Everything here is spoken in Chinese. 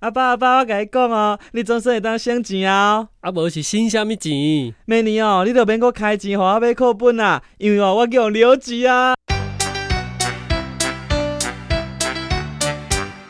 阿啊爸阿爸，我甲你讲哦，你总算会当省钱啊、哦！啊，无是省什么钱？明年哦，你著免阁开钱，互我买课本啊，因为哦，我叫留级啊。